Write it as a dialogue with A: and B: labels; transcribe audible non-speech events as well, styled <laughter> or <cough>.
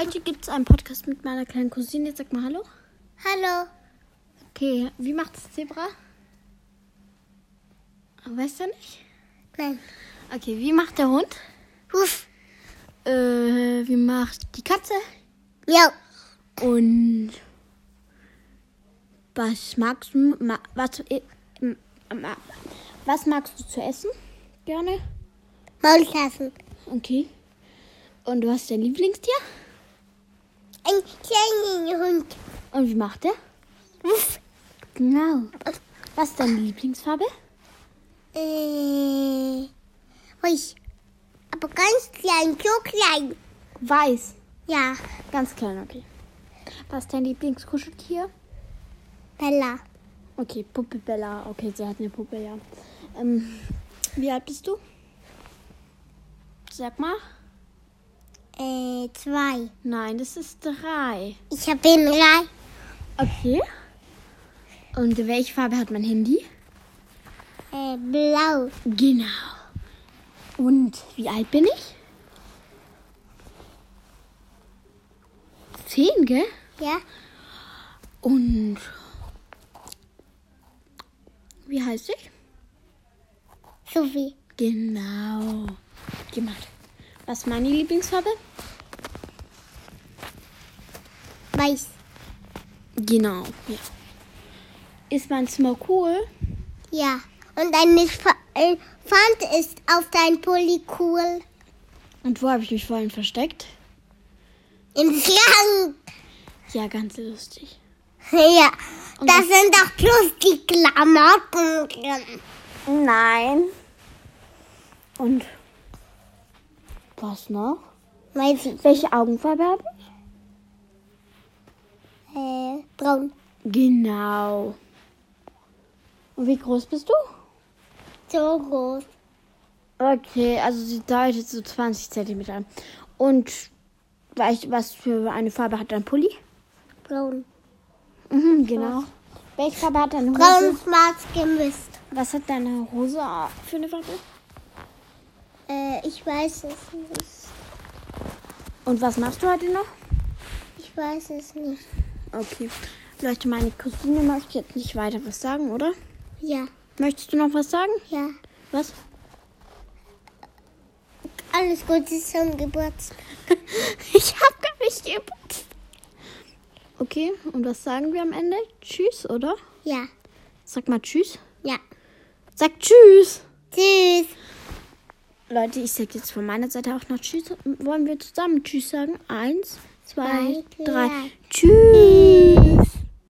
A: Heute gibt es einen Podcast mit meiner kleinen Cousine. Jetzt sag mal Hallo.
B: Hallo.
A: Okay, wie macht das Zebra? Weißt du nicht?
B: Nein.
A: Okay, wie macht der Hund?
B: Huff.
A: Äh, wie macht die Katze?
B: Ja.
A: Und was magst du, ma, was, äh, m- ma- was magst du zu essen? Gerne.
B: Maultaschen.
A: Okay. Und du hast dein Lieblingstier?
B: Ein kleiner Hund.
A: Und wie macht der?
B: Wuff.
A: Genau. Was ist deine Lieblingsfarbe?
B: Äh. Ruhig. Aber ganz klein, so klein.
A: Weiß.
B: Ja.
A: Ganz klein, okay. Was ist dein Lieblingskuscheltier?
B: Bella.
A: Okay, Puppe Bella. Okay, sie hat eine Puppe, ja. Ähm, wie alt bist du? Sag mal.
B: Äh, zwei.
A: Nein, das ist drei.
B: Ich habe ihn drei.
A: Okay. Und welche Farbe hat mein Handy?
B: Äh, blau.
A: Genau. Und wie alt bin ich? Zehn, gell?
B: Ja.
A: Und wie heißt ich?
B: Sophie.
A: Genau. Gemacht. Was ist meine Lieblingsfarbe?
B: Weiß.
A: Genau, ja. Ist mein Smoke cool?
B: Ja. Und eine Fa- äh, Pfand ist auf dein Pulli cool.
A: Und wo habe ich mich vorhin versteckt?
B: Im Schrank.
A: Ja, ganz lustig.
B: Ja.
A: Und
B: Da sind doch bloß die Klamotten drin.
A: Nein. Und was noch?
B: Weiß ich.
A: Welche Augenfarbe habe ich?
B: Äh, braun.
A: Genau. Und wie groß bist du?
B: So groß.
A: Okay, also sie deutet so 20 Zentimeter an. Und weißt du, was für eine Farbe hat dein Pulli?
B: Braun.
A: Mhm, genau. Welche Farbe hat deine
B: Braun,
A: Hose?
B: schwarz gemischt.
A: Was hat deine Hose für eine Farbe?
B: Äh, ich weiß es nicht.
A: Und was machst du heute noch?
B: Ich weiß es nicht.
A: Okay. Leute, meine Cousine möchte jetzt nicht weiter was sagen, oder?
B: Ja,
A: Möchtest du noch was sagen?
B: ja.
A: Was?
B: Alles Gute zum Geburtstag.
A: <laughs> ich hab gar nicht geputzt. Okay, und was sagen wir am Ende? Tschüss, oder?
B: Ja,
A: Sag mal Tschüss.
B: ja.
A: Sag Tschüss.
B: Tschüss.
A: Leute, ich sag jetzt von meiner Seite auch noch Tschüss. Wollen wir zusammen Tschüss sagen? Eins, zwei,
B: Zwei,
A: drei.
B: drei.
A: Tschüss.